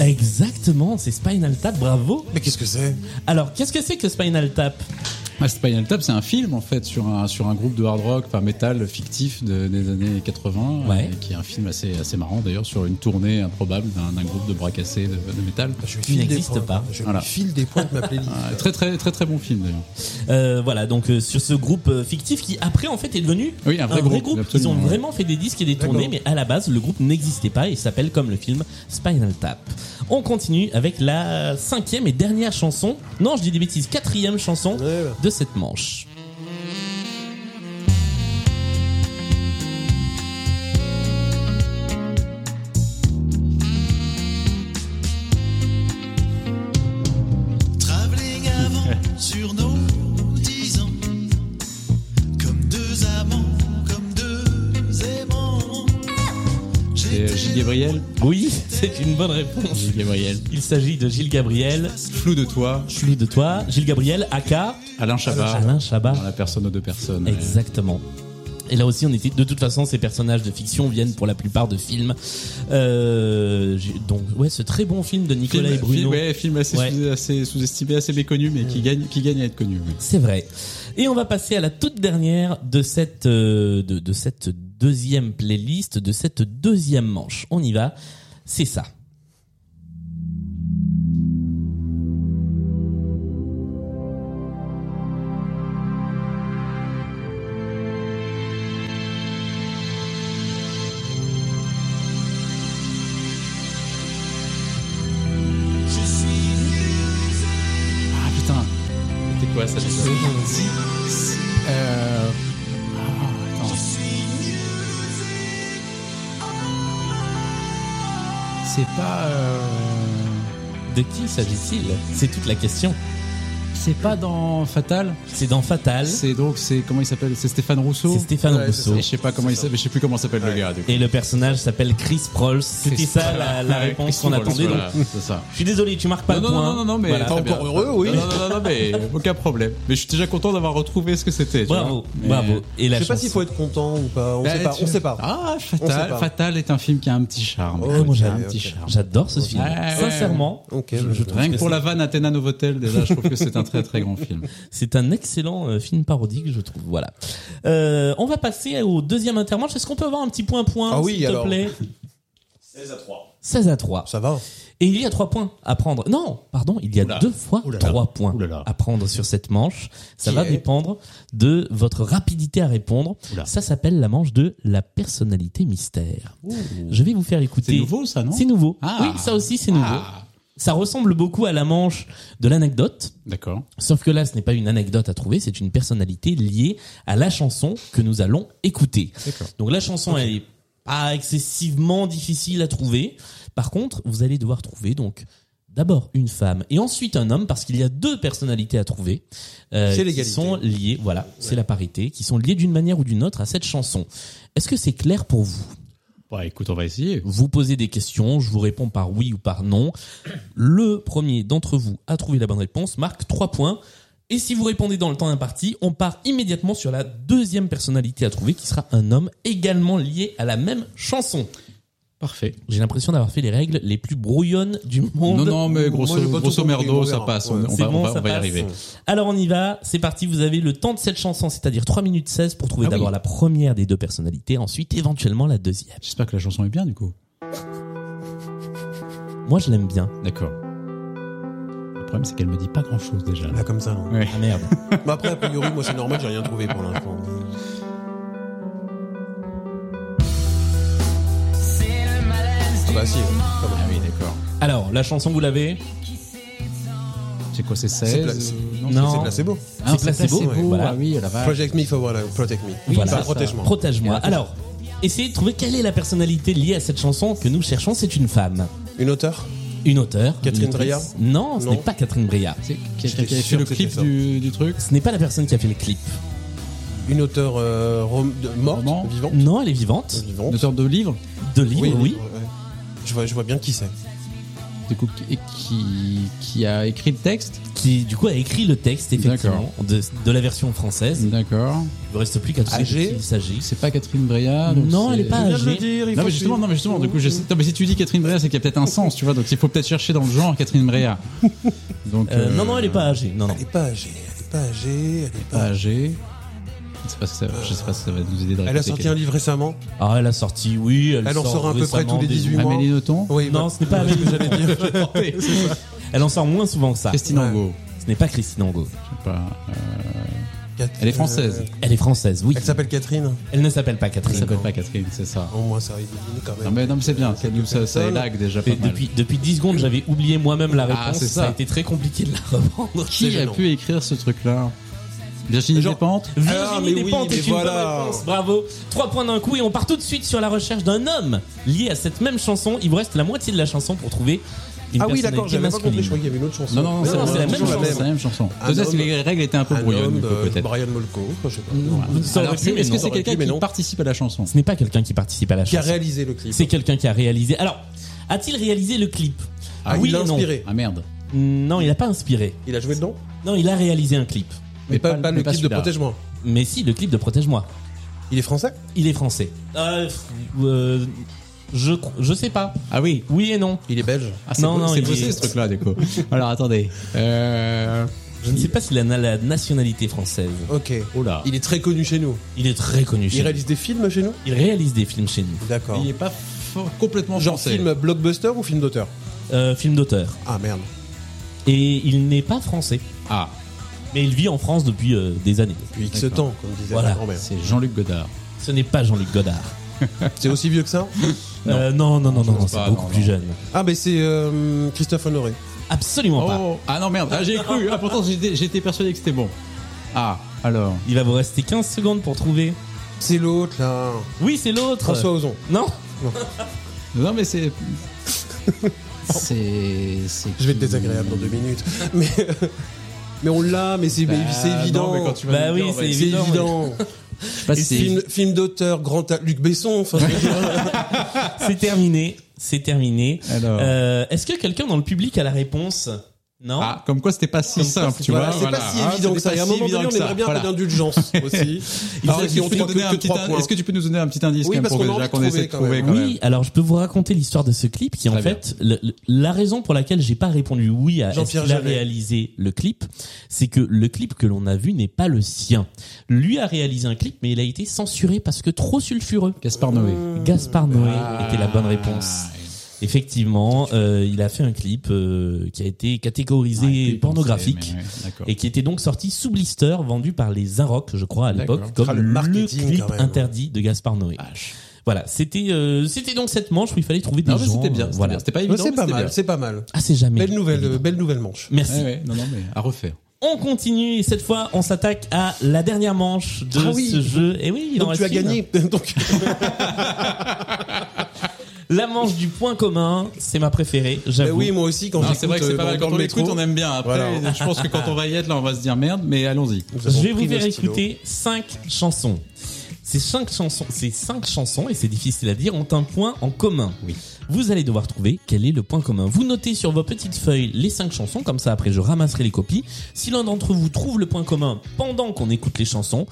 Exactement, c'est Spinal Tap, bravo.
Mais qu'est-ce que c'est
Alors, qu'est-ce que c'est que Spinal Tap
Ah, Spinal Tap, c'est un film en fait sur un sur un groupe de hard rock, enfin métal fictif de- des années 80,
Ouais.
euh, qui est un film assez assez marrant d'ailleurs sur une tournée improbable d'un d'un groupe de bras cassés de, de métal.
Ah, Je lui
Il
file des
n'existe
points.
pas.
Je
Voilà.
lui file des points de ma playlist.
Ah, très très très très bon film d'ailleurs.
Euh, voilà, donc euh, sur ce groupe euh, fictif qui après en fait est devenu
Oui, un vrai groupe,
Ils
absolument,
ont
ouais.
vraiment fait des disques et des tournées, mais à la base le groupe n'existait pas et s'appelle comme le film Spinal Tap. On continue avec la cinquième et dernière chanson. Non, je dis des bêtises. Quatrième chanson
Ouais, ouais.
de cette manche.
Travelling
sur nos dix ans, comme deux amants, comme deux aimants.
C'est euh, Gilles Gabriel
Oui, c'est une bonne réponse.
Gilles Gabriel.
Il s'agit de Gilles Gabriel.
Flou de toi,
Flou de toi. Gilles Gabriel, aka
Alain Chabat.
Alain Chabat.
Dans la personne aux deux personnes. ouais.
Exactement. Et là aussi, on était. De toute façon, ces personnages de fiction viennent pour la plupart de films. Euh, j'ai- donc, ouais, ce très bon film de
Film,
Nicolas et Bruno.
film- ouais, film assez,
Ouais.
sous- assez sous-estimé, assez méconnu, mais qui gagne, qui gagne à être connu. ouais.
C'est vrai. Et on va passer à la toute dernière de cette euh, de, de cette deuxième playlist, de cette deuxième manche. On y va. C'est ça.
Je suis
Ah putain, c'était quoi ça déjà Euh, ah, attends. C'est pas. euh,
De qui s'agit-il C'est toute la question.
C'est pas dans Fatal.
C'est dans Fatal. C'est
C'est donc c'est comment il s'appelle C'est Stéphane Rousseau.
Stéphane
Ouais, c'est
Rousseau.
Et je sais pas comment il s'appelle, je sais plus comment s'appelle le gars. du coup.
Et le personnage s'appelle Chris Prolls. C'était
Chris-
ça la, la réponse qu'on
Voilà,
attendait. donc.
voilà, c'est ça.
je suis désolé, tu marques pas
Non,
le
non,
point.
non, non, non, mais
Voilà.
très
T'es encore
bien.
heureux, oui.
Non, non, non, non, mais aucun problème. Mais je suis déjà content d'avoir retrouvé ce que c'était. tu
Bravo,
vois. Mais-
bravo. Et la
Je sais pas
chanson-
s'il faut être content ou pas. On
Bah,
sait pas.
tu-
On sait pas.
Ah,
On sait
Fatal.
pas.
Fatal est un film qui a un petit charme.
Oh,
Écoute,
moi,
il a un
j'avais-
petit
ok.
charme.
Ah, J'adore ce film.
Ouais,
Ah,
ouais.
Sincèrement,
Ok,
je, je trouve
Rien que
que
pour
c'est-
la vanne Athéna Novotel, déjà, je trouve que c'est un très très grand film.
c'est un excellent euh, film parodique, je trouve. Voilà. Euh, on va passer au deuxième intermanche. Est-ce qu'on peut avoir un petit point-point,
Ah oui,
s'il te
alors.
plaît 16 à 3. 16 à 3.
Ça va.
Et il y a 3 points à prendre. Non, pardon, il y a deux fois
Ouh là là.
3 points
Ouh là là.
à prendre sur cette manche. Ça
Qui
va
est
dépendre de votre rapidité à répondre.
Ouh là.
Ça s'appelle la manche de la personnalité mystère. Je vais vous faire écouter.
C'est nouveau, ça, non
C'est nouveau.
Ah.
Oui, ça aussi, c'est nouveau.
Ah.
Ça ressemble beaucoup à la manche de l'anecdote.
D'accord.
Sauf que là, ce n'est pas une anecdote à trouver, c'est une personnalité liée à la chanson que nous allons écouter. Donc la chanson, elle est pas excessivement difficile à trouver. Par contre, vous allez devoir trouver donc d'abord une femme et ensuite un homme parce qu'il y a deux personnalités à trouver euh,
C'est
qui
l'égalité.
sont liées, voilà, c'est la parité, qui sont liées d'une manière ou d'une autre à cette chanson. Est-ce que c'est clair pour vous
Bah écoute, on va essayer.
vous posez des questions, je vous réponds par oui ou par non. Le premier d'entre vous à trouver la bonne réponse marque 3 points. Et si vous répondez dans le temps imparti, on part immédiatement sur la deuxième personnalité à trouver qui sera un homme également lié à la même chanson.
Parfait.
J'ai l'impression d'avoir fait les règles les plus brouillonnes du monde.
Non, non, mais grosso,
Moi, j'ai pas tout
grosso
compris, on
merdo,
verra.
ça passe.
Ouais.
On, on
C'est
va,
bon,
on va,
ça
on va y
passe.
arriver.
Alors on y va, c'est parti, vous avez le temps de cette chanson, c'est-à-dire 3 minutes 16 pour trouver
Ah oui.
d'abord la première des deux personnalités, ensuite éventuellement la deuxième.
J'espère que la chanson est bien, du coup.
Moi je l'aime bien.
D'accord. Le problème, c'est qu'elle me dit pas grand chose déjà.
Là, comme ça. non.
Ouais.
Ah merde.
Mais après, a priori, moi, c'est normal. J'ai rien trouvé pour l'instant. Ah bah si. ouais.
Ah oui, d'accord.
Alors, la chanson vous l'avez
C'est quoi, c'est
C'est pla-
16
c'est-
Non,
Non.
C'est placebo.
Ah,
c'est placebo,
placebo,
ouais. Voilà.
Ah oui, la vache.
Project me, for what I- protect me.
Voilà.
Enfin, protège-moi.
Protège-moi.
Et la
Alors, essayez de trouver quelle est la personnalité liée à cette chanson que nous cherchons. C'est une femme,
Une auteure.
une auteure.
Catherine
une autrice. Non, ce
Non.
n'est pas Catherine Breillat.
C'est quelqu'un
J'étais
qui a fait
sûr
le
que
clip
c'était ça.
du, du truc
Ce n'est pas la personne qui a fait le clip.
Une auteure euh, rom- de- morte,
Roman.
vivante.
Non, elle est vivante.
Vivante.
L'auteur de livre
De livre, oui.
ouais. Je vois, je vois bien qui c'est.
du coup, qui, qui, qui a écrit le texte
Qui, du coup, a écrit le texte, effectivement, de, de la version française.
D'accord.
Il ne reste plus qu'à trouver de
Âgée
qui il s'agit.
C'est pas Catherine Breillat donc
Non, elle est pas
Je viens de le
âgée.
dire, il
Non
faut
mais, justement,
suivre.
non mais justement, du coup, je sais- non, mais si tu dis Catherine Breillat, c'est qu'il y a peut-être un sens, tu vois, donc il faut peut-être chercher dans le genre Catherine Breillat. Donc,
Euh,
euh,
Non, non, elle n'est pas âgée. Non, non.
Elle est pas âgée, elle est pas âgée, elle est
pas
pas.
âgée. Je sais pas, si ça, je sais pas si ça va nous aider de
Elle a sorti un livre récemment.
Ah, elle a sorti, oui. Elle,
Elle en sort à peu près
récemment
tous les
des-
18 mois.
Amélie Nothomb
Oui,
Non,
bah,
ce n'est pas Amélie.
j'allais dire.
Elle en sort moins souvent que ça.
Christine
Ouais.
Angot.
Ce n'est pas Christine Angot.
Je sais pas. euh,
Cat-
Elle est française.
euh,
Elle est française, oui.
Elle s'appelle Catherine.
Elle ne s'appelle pas
Elle
Catherine.
s'appelle pas Catherine, c'est ça.
Au moins, ça arrive quand même.
Non mais, non, mais c'est bien, ça, nous- ça, ça
personnes.
élague déjà pas
Et
mal.
depuis, depuis 10 secondes, j'avais oublié moi-même la réponse.
Ah, c'est
ça. a
ça.
été très compliqué de la reprendre.
Qui a
gênant.
pu écrire ce truc-là Virginie
Genre-
Despentes
Virginie
Ah, mais oui,
Despentes
mais
est une bonne
voilà.
réponse. Bravo. 3 points d'un coup et on part tout de suite sur la recherche d'un homme lié à cette même chanson. Il vous reste la moitié de la chanson pour trouver une
Ah oui,
personnalité
d'accord, j'avais pas
masculine.
compris, je croyais qu'il y avait une autre chanson.
Non, non, non,
Mais
c'est la,
c'est
même
toujours
chanson, c'est la même chanson.
Un
Peut-être que
homme,
les règles étaient un peu
un
brouillonnes,
homme,
du coup,
euh,
peut-être.
Brian Molko, je sais pas.
Ça aurait
Alors,
pu,
c'est-
mais
Est-ce
non.
que
Ça
c'est
aurait
quelqu'un
pu, mais
qui
non.
participe à la chanson
Ce n'est pas quelqu'un qui participe à la
Qui a
chanson.
réalisé le clip
C'est quelqu'un qui a réalisé. Alors, a-t-il réalisé le clip
Ah,
Oui
il l'a
et non.
inspiré.
Ah merde.
Non, il n'a pas inspiré.
Il a joué dedans
Non, il a réalisé un clip.
Mais pas,
pas-
pas
mais
le
pas
clip de
celui-là.
Protège-moi.
Mais si, le clip de Protège-moi.
Il est français
Il est français. Euh, pff, euh, je cro- je sais pas.
Ah oui.
Oui et non.
Il est belge
Ah, c'est
Non,
beau-
non,
c'est
il
bossé
est-
ce truc-là, du coup. Alors attendez. Euh...
Je ne sais pas s'il en a la nationalité française.
Ok.
Oh là.
Il est très connu chez nous.
Il est très connu
Il
chez
réalise des films chez nous
nous. Il réalise des films chez nous.
D'accord.
Il n'est pas fo- complètement
Genre
français.
film euh, blockbuster ou film d'auteur
Euh, film d'auteur.
Ah merde.
Et il n'est pas français.
Ah,
Mais il vit en France depuis euh, des années.
Depuis X temps, comme disait
Voilà.
ma grand-mère.
c'est Jean-Luc Godard.
Ce n'est pas Jean-Luc Godard.
C'est aussi vieux que ça
Euh, non, non, non, non,
pense
non, c'est
pas,
beaucoup
non,
plus
non.
jeune.
Ah, mais c'est euh, Christophe Honoré.
Absolument pas.
Oh. Ah non, merde. Ah, j'ai cru. Ah, pourtant, j'étais j'étais persuadé que c'était bon. Ah, alors.
Il va vous rester 15 secondes pour trouver.
C'est l'autre là.
Oui, c'est l'autre.
François Ozon.
Non
Non, mais c'est. C'est. c'est
Je vais être
qui-
désagréable dans deux minutes. Mais, mais on l'a, mais c'est
Bah,
mais c'est
non,
évident.
mais quand tu vas
Bah
nous
oui,
dire, on va
c'est
C'est
évident.
évident.
Je sais pas si c'est-
Film, film d'auteur, grand à Luc Besson. enfin, je veux dire.
C'est terminé. C'est terminé.
Alors.
Euh, Est-ce que quelqu'un dans le public a la réponse Non
Ah, comme quoi c'était pas si simple, tu
Voilà,
vois.
c'est
voilà.
pas si
Ah,
évident
c'était
que ça.
pas
Et à un
si
moment donné, on
évident que ça.
aimerait bien
Voilà.
un peu d'indulgence aussi.
Alors, est-ce
Ils
que
ont
tu peux
fait
nous donner
que
un petit
trois
in-
points.
Est-ce que tu peux nous donner un petit indice
Oui,
quand même
parce
pour
qu'on a
déjà
envie
qu'on
de
essaie de
trouver,
trouver
quand
quand même
Oui, alors je peux vous raconter l'histoire de ce clip qui en
Très bien.
fait, le- le- la raison pour laquelle j'ai pas répondu oui à
Jean-Pierre
est-ce qu'il a
Jeunet.
réalisé le clip, c'est que le clip que l'on a vu n'est pas le sien. Lui a réalisé un clip, mais il a été censuré parce que trop sulfureux.
Gaspard Noé.
Gaspard Noé
Ah.
était la bonne réponse. Effectivement, euh, il a fait un clip euh, qui a été
Ah, il
catégorisé
peut y penser,
pornographique.
mais ouais, d'accord.
et qui était donc sorti sous blister, vendu par les Inrock, je crois, à
D'accord.
l'époque, comme
Ah, le
le,
marketing,
clip
quand même. hein.
interdit de Gaspard Noé.
Vache.
Voilà, c'était euh, c'était donc cette manche où il fallait trouver des
Non, mais
gens.
c'était
euh,
bien. c'était
voilà.
bien. C'était pas
Ouais,
évident.
C'est
mais
pas
c'était
mal,
bien.
c'est pas mal.
Ah, c'est jamais.
Belle nouvelle, euh, belle nouvelle manche.
Merci.
Ouais, Ah ouais, non, non, mais à refaire.
On continue et cette fois, on s'attaque à la dernière manche de
Ah oui.
ce jeu. Et oui, il en
Donc tu as
reste une.
gagné. Donc
La manche du point commun, c'est ma préférée,
Mais
j'avoue.
Eh oui, moi aussi quand
Non,
j'écoute
c'est vrai que
euh,
c'est pas
dans-
mal.
dans
Quand
le
on l'écoute,
métro,
on aime bien. Après,
Voilà.
je pense que quand on va y être, là, on va se dire merde, mais allons-y.
nous avons
Je vais vous
pris nos
faire
stylos.
écouter cinq chansons. Ces cinq chansons, ces cinq chansons, et c'est difficile à dire, ont un point en commun.
Oui.
Vous allez devoir trouver quel est le point commun. Vous notez sur vos petites feuilles les cinq chansons, comme ça après je ramasserai les copies. Si l'un d'entre vous trouve le point commun pendant qu'on écoute les chansons,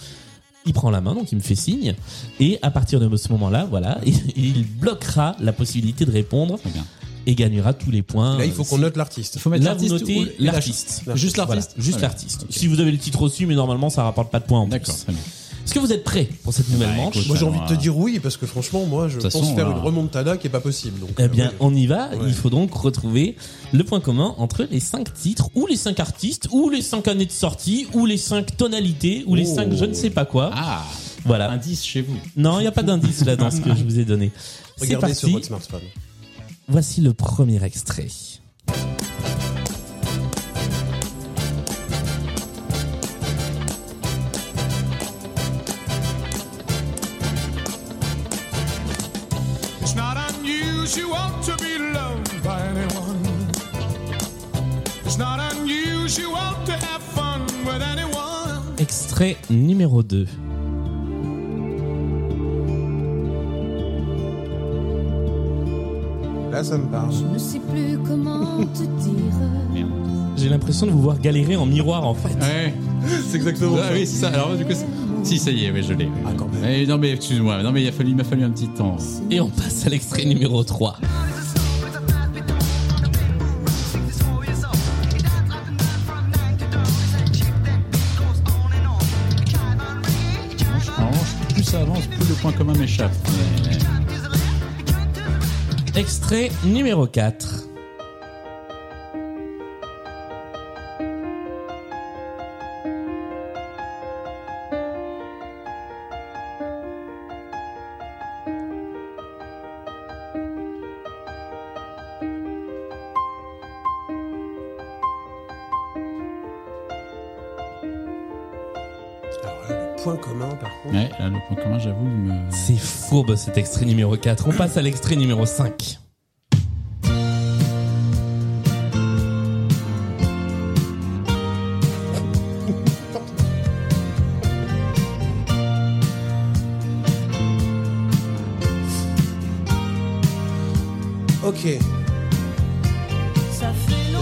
il prend la main, donc il me fait signe, et à partir de ce moment-là, voilà, il, il bloquera la possibilité de répondre
Très bien.
et gagnera tous les points.
Là, il faut
euh,
qu'on note l'artiste.
Il faut mettre
Là, vous
l'artiste ou-
notez
et la-
l'artiste.
Juste l'artiste
Voilà, juste
Très bien.
l'artiste. Si vous avez le titre aussi, mais normalement, ça rapporte pas de points en plus.
D'accord, très bien.
Est-ce que vous êtes prêts pour cette nouvelle
Bah,
manche
écoute.
Moi j'ai envie de
Alors,
te
euh,
dire oui parce que franchement moi je
de
pense
toute façon,
faire
euh,
une remontada qui est pas possible. Donc,
Eh
euh,
bien,
ouais.
on y va.
Ouais.
Il faut donc retrouver le point commun entre les cinq titres, ou les cinq artistes, ou les cinq années de sortie, ou les cinq tonalités, ou les
Oh.
cinq je ne sais pas quoi.
Ah,
voilà.
indice chez vous.
Non, il n'y a pas d'indice là dans ce que je vous ai donné. C'est
regardez sur
parti.
votre smartphone.
Voici le premier extrait.
It's not unusual to be loved by anyone. It's not unusual to have fun with anyone.
Extrait numéro 2.
Là ça me parle.
Je ne sais plus comment te dire.
J'ai l'impression de vous voir galérer en miroir en fait.
Ouais. C'est exactement ah,
ça.
Oui, c'est ça. Alors, du coup, c'est- si, ça y est, oui, je l'ai.
Ah, quand même.
Eh, non, mais excuse-moi. Non, mais il a fallu- il m'a fallu un petit temps.
Et on passe à l'extrait numéro 3.
En revanche, plus ça avance, plus le point commun m'échappe. Mais-
Extrait numéro 4.
Alors là, le point commun par contre.
Ouais, là, le point commun, j'avoue, il me...
C'est bah, fourbe cet extrait numéro 4. On passe à l'extrait numéro 5.
Ok.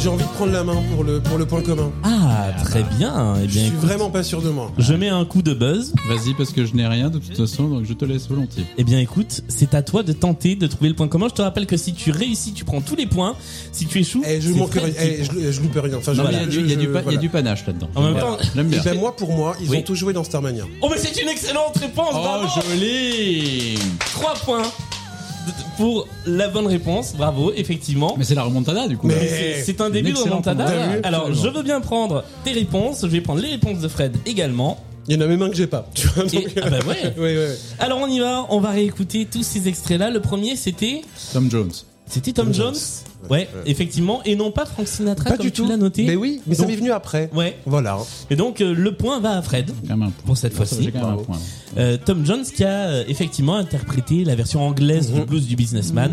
J'ai envie de prendre la main pour le, pour le point commun.
Ah, très bien. Eh
Je
bien
suis
écoute,
vraiment pas sûr de moi.
je mets un coup de buzz.
Vas-y, parce que je n'ai rien de toute façon, donc je te laisse volontiers.
Eh bien écoute, c'est à toi de tenter de trouver le point commun. Je te rappelle que si tu réussis, tu prends tous les points. Si tu échoues,
Eh, je
c'est
manque
Fred
rien.
qui
Eh,
prend.
je, je loupe rien. Enfin, je-
Non, mais il y a
je-
du- il y, a du
je-
pa- il y a
voilà.
du panache là-dedans.
En même temps,
j'aime
Eh
bien.
ben, moi, pour moi, ils
Oui.
ont tout joué dans Starmania.
oh mais c'est une excellente réponse.
Oh,
bravo.
joli
Trois points de- pour la bonne réponse. Bravo, effectivement.
Mais c'est la remontada du coup.
Mais-
là.
C'est- C'est un début de
Excellent
remontada.
point.
T'as vu
Alors, je
Absolument.
veux bien prendre tes réponses. Je vais prendre les réponses de Fred également.
Il y en a même un que j'ai pas. Tu vois, donc- euh,
Et- ah bah ouais.
Ouais, ouais, ouais.
Alors, on y va. On va réécouter tous ces extraits-là. Le premier, c'était.
Tom Jones.
C'était Tom,
Tom
Jones.
Jones.
Ouais, effectivement. Et non pas Frank
Ah,
Sinatra,
Pas
comme
du
tu
tout.
l'as noté.
Mais oui, mais ça
Donc-
m'est venu après.
Ouais.
Voilà. hein.
Et donc, euh, le point va à Fred.
Quand même un point.
Pour cette
Ça,
fois-ci.
J'ai quand même
Bravo.
un point.
Euh, Tom Jones qui a euh, effectivement interprété la version anglaise
Mhm.
du blues du businessman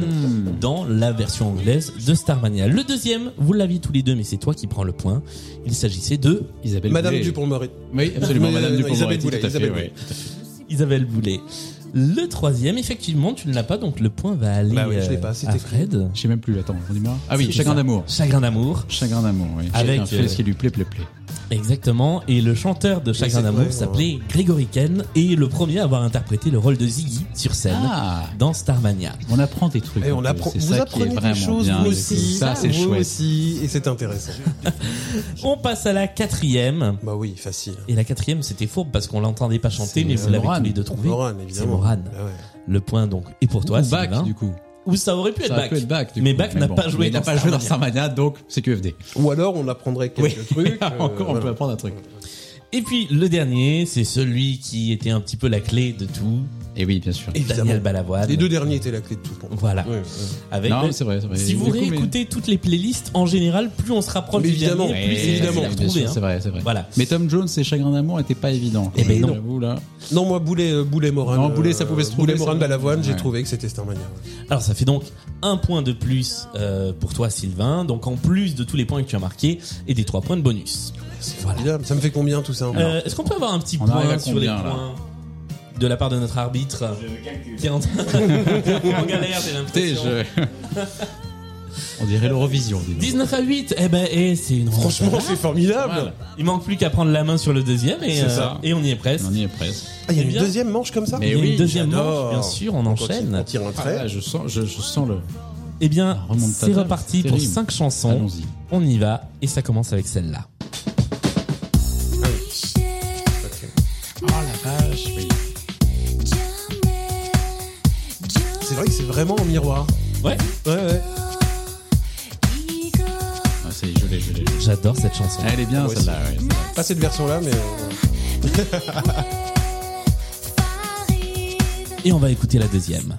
dans la version anglaise de Starmania. Le deuxième, vous l'aviez tous les deux, mais c'est toi qui prends le point. Il s'agissait de
Isabelle
Madame
Boulay.
Dupont-Moretti.
Oui, absolument.
Mais,
Madame
euh,
Dupont.
Isabelle
tout
Boulay,
à fait.
Isabelle
oui.
Boulay.
Isabelle Boulay. Le troisième, effectivement, tu ne l'as pas, donc le point va aller
Bah oui, je
euh,
l'ai pas, c'était Ah
à
écrit.
Fred.
Je sais même plus, attends, dis-moi. Ah oui,
C'est
Chagrin
ça.
d'amour.
Chagrin d'amour,
Chagrin d'amour, oui.
Avec,
Chacun
euh,
fait ce qui lui plaît, plaît, plaît.
exactement. Et le chanteur de Chagrin
c'est
d'amour
vrai,
s'appelait Grégory Ken et le premier à avoir interprété le rôle de Ziggy sur scène
Ah
dans Starmania.
On apprend des trucs.
Et
un
Eh, on
peu,
apprend,
c'est
vous
ça qui est
apprenez des
vraiment
choses,
bien,
vous
et
aussi.
Ça, c'est
vous
chouette.
aussi, et c'est intéressant.
On passe à la quatrième.
bah oui, facile.
Et la quatrième, c'était fourbe parce qu'on l'entendait pas chanter,
C'est-
mais vous
c'est
l'avez
Morane.
tous les deux trouvé.
Moran, évidemment.
C'est Moran.
Ah ouais.
Le point donc est pour toi,
Ou Bach,
Sylvain.
du coup.
Ou ça aurait pu être
Ça aurait
Bach.
pu être Bach, du
mais
coup.
Bach n'a
bon.
pas joué
Mais Il n'a
dans
pas joué dans
Starmania.
Starmania, donc c'est QFD.
Ou alors, on apprendrait quelques trucs. euh,
Encore, on
voilà.
peut apprendre un truc.
Et puis le dernier, c'est celui qui était un petit peu la clé de tout.
Et Eh oui, bien sûr.
Évidemment.
Daniel Balavoine.
Les deux derniers étaient la clé de tout pour moi.
Voilà.
Ouais, ouais.
Avec
Non,
le-
c'est vrai, c'est vrai.
Si vous
Du coup, mais-
réécoutez toutes les playlists, en général, plus on se rapproche
Mais
du
évidemment,
dernier, plus
mais
c'est facile à
évidemment.
bien
retrouver,
sûr,
hein.
C'est vrai, c'est vrai.
Voilà.
Mais Tom Jones et Chagrin d'amour n'étaient pas évidents.
Eh ben non.
J'avoue, là.
Non, moi, Boulet, euh, Boulet Morin.
Non, Boulet, ça pouvait se trouver,
Boulet Morin
ça.
de Balavoine, j'ai
Ouais.
trouvé que c'était Starmania.
Alors ça fait donc un point de plus euh, pour toi, Sylvain. Donc en plus de tous les points que tu as marqués et des trois points de bonus. Voilà.
Formidable. Ça me fait combien tout ça hein
Euh, Est-ce qu'on peut avoir un petit
On
point
arrive à
sur
combien,
les
là
points de la part de notre arbitre qui est en train en galère, j'ai
Écoutez,
l'impression.
je. On dirait l'Eurovision. dis donc.
19 à 8, eh ben, eh, c'est une remontada.
Franchement, c'est formidable.
Voilà.
Il manque plus qu'à prendre la main sur le deuxième et,
C'est
euh,
ça.
et on y est presque.
On y est presque.
Ah, il y a
Eh
une
bien.
deuxième manche comme ça
Il y
Mais
a une
oui,
deuxième
j'adore.
manche, bien sûr, on
Quand il-
enchaîne.
quand il tire un
Ah
trait.
là, je sens, je, je sens le.
Eh bien,
Ah,
c'est
remontada,
reparti
c'est
pour
terrible.
5 chansons.
Allons-y.
On y va et ça commence avec celle-là.
Oh la vache. oui.
C'est vrai que c'est vraiment en miroir.
Ouais,
Ouais, ouais.
Ah, c'est je l'ai, je l'ai. Ah,
j'adore cette chanson.
Elle est bien
Moi
celle-là. ouais.
Pas cette version-là, mais. euh,
Et on va écouter la deuxième.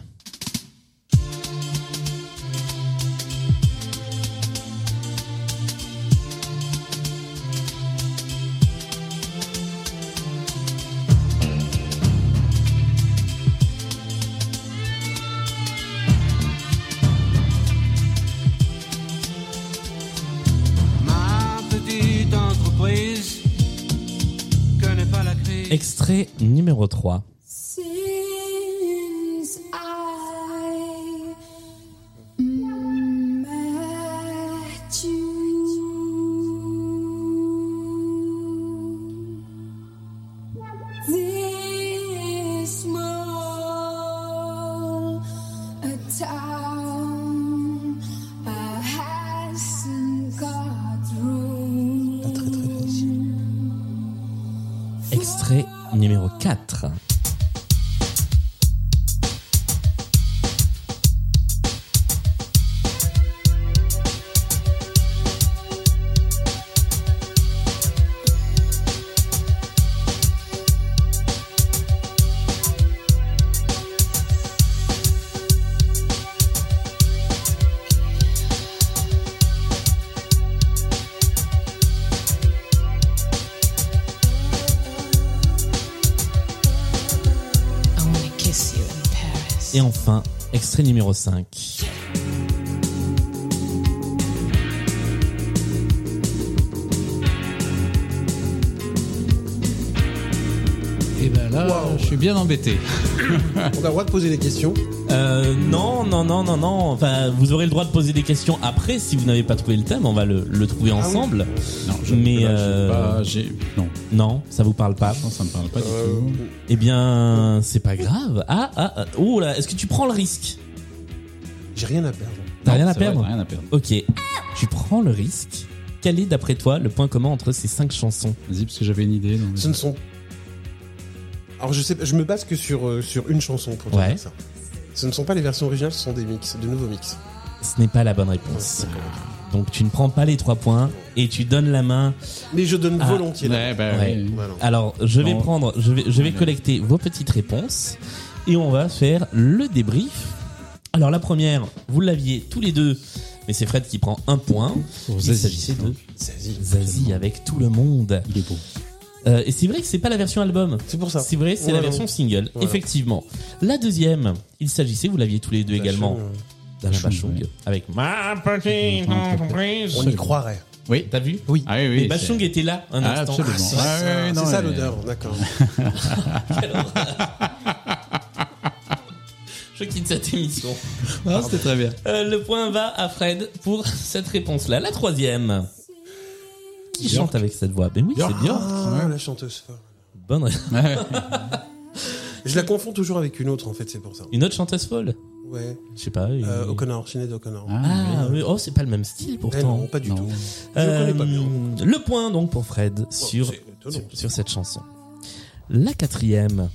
Ma petite entreprise connaît pas la crise.
Extrait numéro 3.
Since I met you, this small a town hasn't got room.
Extrait numéro 4. Et enfin, extrait numéro 5.
Et ben là,
Waouh.
je suis bien embêté. Eh ben
On a le droit de poser des questions.
Euh, non, non, non, non, non. Enfin, vous aurez le droit de poser des questions après si vous n'avez pas trouvé le thème. On va le, le trouver
Ah oui.
ensemble.
Non, je- là,
mais
j'ai
euh,
pas- j'ai- non.
non, ça vous parle pas.
Non, ça me parle pas du
Euh,
tout.
Eh bien, c'est pas grave. Ah, ah, ah. oh là, est-ce que tu prends le risque
J'ai rien à perdre.
T'as
Non,
rien à
c'est vrai,
perdre.
t'as rien à perdre.
Ok. Tu prends le risque. Quel est, d'après toi, le point commun entre ces cinq chansons
Vas-y, parce que j'avais une idée.
Ce ne sont. Alors je sais, pas- je me base que sur euh, sur une chanson pour te
Ouais.
dire ça. Ce ne sont pas les versions originales, ce sont des mix, de nouveaux mix.
Ce n'est pas la bonne réponse. Donc tu ne prends pas les trois points et tu donnes la main.
Mais je donne
Ah.
volontiers. la-
Ouais, bah,
Ouais.
oui.
Voilà.
Alors je vais
Non.
prendre, je vais, je vais
Ouais.
collecter vos petites réponses et on va faire le débrief. Alors la première, vous l'aviez tous les deux, mais c'est Fred qui prend un point.
Pour
Il
Zazie. hein.
s'agissait de
Zazie.
Zazie avec tout le monde.
Il est beau.
Euh, et c'est vrai que c'est pas la version album.
C'est pour ça.
C'est vrai, c'est
Voilà.
la version single,
Voilà.
effectivement. La deuxième, il s'agissait, vous l'aviez tous les deux également,
Bachung,
d'Alain
Bachung,
Bachung,
ouais.
avec Ma petite
euh,
entreprise.
On y croirait.
Oui.
T'as vu
Oui.
Ah oui, oui.
Mais Bachung
c'est-
était là un
Ah,
instant.
absolument.
Ah,
Ah, ouais, ouais,
c'est
non,
ça
mais-
l'odeur, d'accord.
Je quitte cette émission.
Ah, c'était très bien.
Euh, le point va à Fred pour cette réponse-là. La troisième. Qui
Björk.
chante avec cette voix Ben oui, c'est bien.
Ah, la chanteuse. folle.
Bonne ré-
Je la confonds toujours avec une autre en fait, c'est pour ça.
Une autre chanteuse folle
Ouais.
Je sais pas. une-
Euh, O'Connor, Sinead O'Connor.
Ah, oui. oh, c'est pas le même style
Eh
pourtant.
non, pas du
non.
tout. Je
Euh,
connais pas bien.
Le point donc pour Fred sur,
c'est étonnant.
sur, sur cette chanson. La quatrième,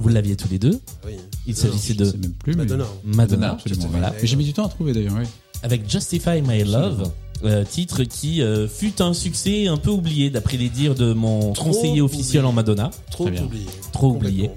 vous l'aviez tous les deux,
Oui. Bah,
il s'agissait
Je
de
sais même plus. mais-
Madonna.
Madonna,
absolument.
voilà,
Mais J'ai mis du temps à trouver d'ailleurs. oui.
avec Justify My Love, euh, titre qui euh, fut un succès un peu oublié d'après les dires de mon
Trop
conseiller officiel en
oublié.
Madonna.
Trop
Très bien.
oublié.
Trop
Complètement.
oublié.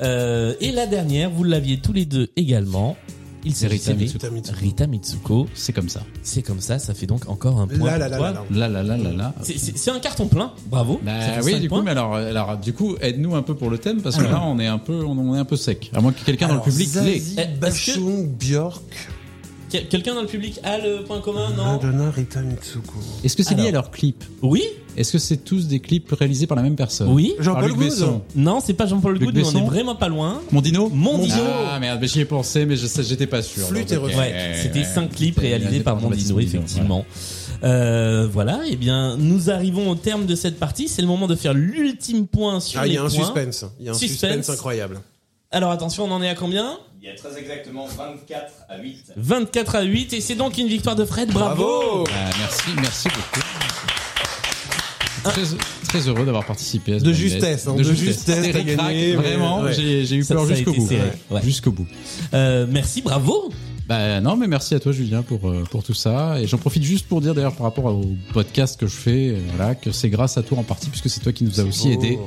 Euh, et la dernière, vous l'aviez tous les deux également, il
C'est Rita
s'agissait de
Mitsuko.
Rita Mitsuko.
C'est comme ça.
C'est comme ça, ça fait donc encore un point pour
Là, là, là,
toi.
là, là.
Là, là, là, là, là.
C'est- C'est c'est un carton plein, bravo. Ça
Bah
fait
oui,
cinq
du
points.
coup, mais alors, alors, du coup, aide-nous un peu pour le thème parce que là, on est un peu, on, on est un peu sec. À moins que quelqu'un dans le
Alors,
public l'ait.
Zazie,
Eh, parce que-
Bachung, Björk,
Quel- Quelqu'un dans le public a le point
Ah,
commun, non
Madonna, Rita Mitsuko.
Est-ce que c'est lié
Alors.
à leur clip
Oui
Est-ce que c'est tous des clips réalisés par la même personne
Oui
Par
Jean-Paul
Luc
Goude.
Besson.
Non, c'est pas Jean-Paul
Luc
Good, mais on
Besson
est vraiment pas loin.
Mon dino
Mon dino.
Ah merde, mais j'y ai pensé, mais je sais- j'étais pas sûr.
Flûte
Donc,
et
ok.
reflux.
Ouais, c'était
ouais,
cinq
ouais.
clips réalisés par
Baptiste
Mondino, effectivement. Euh, voilà, et bien, nous arrivons au terme de cette partie. C'est le moment de faire l'ultime point sur
Ah, il
les
y a un
points.
suspense. Il y a un
Suspense.
suspense, incroyable.
Alors attention, on en est à combien
Il y a très exactement 24 à 8.
24 à 8, et c'est donc une victoire de Fred. Bravo,
voilà. Ah, merci, merci beaucoup. Très, très heureux d'avoir participé à ce
De
blind
justesse,
test.
hein, de justesse,
C'était
t'as
ric-rac,
gagné, mais
Vraiment,
ouais.
j'ai j'ai eu
Ça-
peur
ça a
jusqu'au
été
bout.
serré, ouais.
Jusqu'au bout.
Euh, Merci, bravo
Bah non, mais merci à toi Julien pour euh, pour tout ça. Et j'en profite juste pour dire d'ailleurs par rapport au podcast que je fais, euh, voilà, que c'est grâce à toi en partie puisque c'est toi qui nous as aussi
beau.
aidé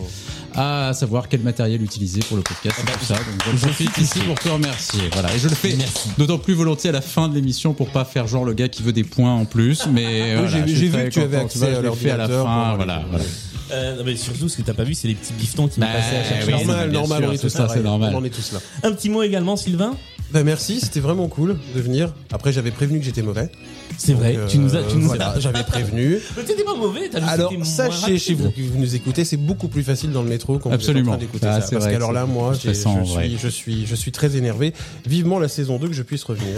à savoir quel matériel utiliser pour le podcast
Ah bah,
et tout ça. Donc j'en profite ici pour te remercier. Voilà, et je le fais
Merci.
d'autant plus volontiers à la fin de l'émission pour pas faire genre le gars qui veut des points en plus. Mais euh,
Oui,
voilà,
j'ai vu-
je suis
j'ai vu
très
que tu avais
content,
accès
vois,
à
je l'ai fait à la
l'ordinateur
fin.
pour-
Voilà, voilà.
Euh, non, mais surtout, ce que t'as pas vu, c'est les petits giftons qui
Bah,
m'ont passé à chaque
oui,
fois.
c'est
normal,
bien
normal,
sûr,
on est
c'est
tous
ça,
pareils,
c'est normal.
On en est tous là.
Un petit mot également, Sylvain
Bah merci, c'était vraiment cool de venir. Après, j'avais prévenu que j'étais mauvais.
C'est vrai,
Donc,
tu nous as...
euh,
Tu nous
voilà,
as...
j'avais prévenu.
Mais T'étais pas mauvais, t'as juste
Alors
été moins
sachez
rapide.
chez vous que vous nous écoutez, c'est beaucoup plus facile dans le métro quand
Absolument.
vous êtes en train d'écouter
Ah,
ça.
c'est
Parce
vrai,
qu'alors là,
c'est
moi, j'ai- je
stressant, en vrai.
suis, je suis, je suis très énervé. Vivement la saison 2 que je puisse revenir.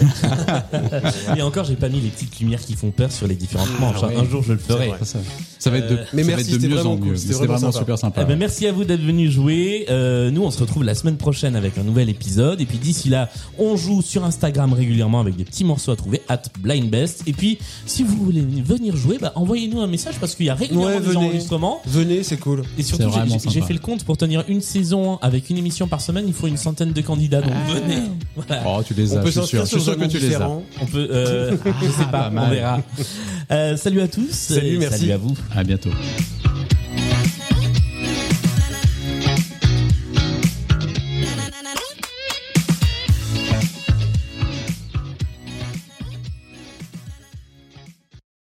Et encore, j'ai pas mis les petites lumières qui font peur sur les différentes
Ah,
manches. hein.
ouais.
Un jour, je le ferai.
vrai.
Ça, ça- ça va être de,
Euh, mais
ça va
merci,
être de
c'était
mieux
vraiment
en
cool,
mieux.
c'était
C'était
vraiment
vraiment
sympa.
super sympa.
Eh ben, merci à vous d'être venus jouer. Euh, nous, on se retrouve la semaine prochaine avec un nouvel épisode. Et puis d'ici là, on joue sur Instagram régulièrement avec des petits morceaux à trouver, at blindbest. Et puis, si vous voulez venir jouer, bah, envoyez-nous un message parce qu'il y a régulièrement
Ouais,
des
venez.
enregistrements.
Venez, c'est cool.
Et surtout,
C'est
j'ai-
vraiment
j'ai- j'ai
sympa.
fait le compte pour tenir une saison avec une émission par semaine. Il faut une centaine de candidats, donc venez. Voilà.
Oh, tu les
On
as,
peut
je suis sûr.
s'inscrire
Je suis
sur
sûr
un
que
monde
tu les as.
différent.
On peut, euh, je sais pas,
pas
on
mal.
verra. Euh, salut à tous.
Salut,
et
merci.
Salut à vous.
À bientôt.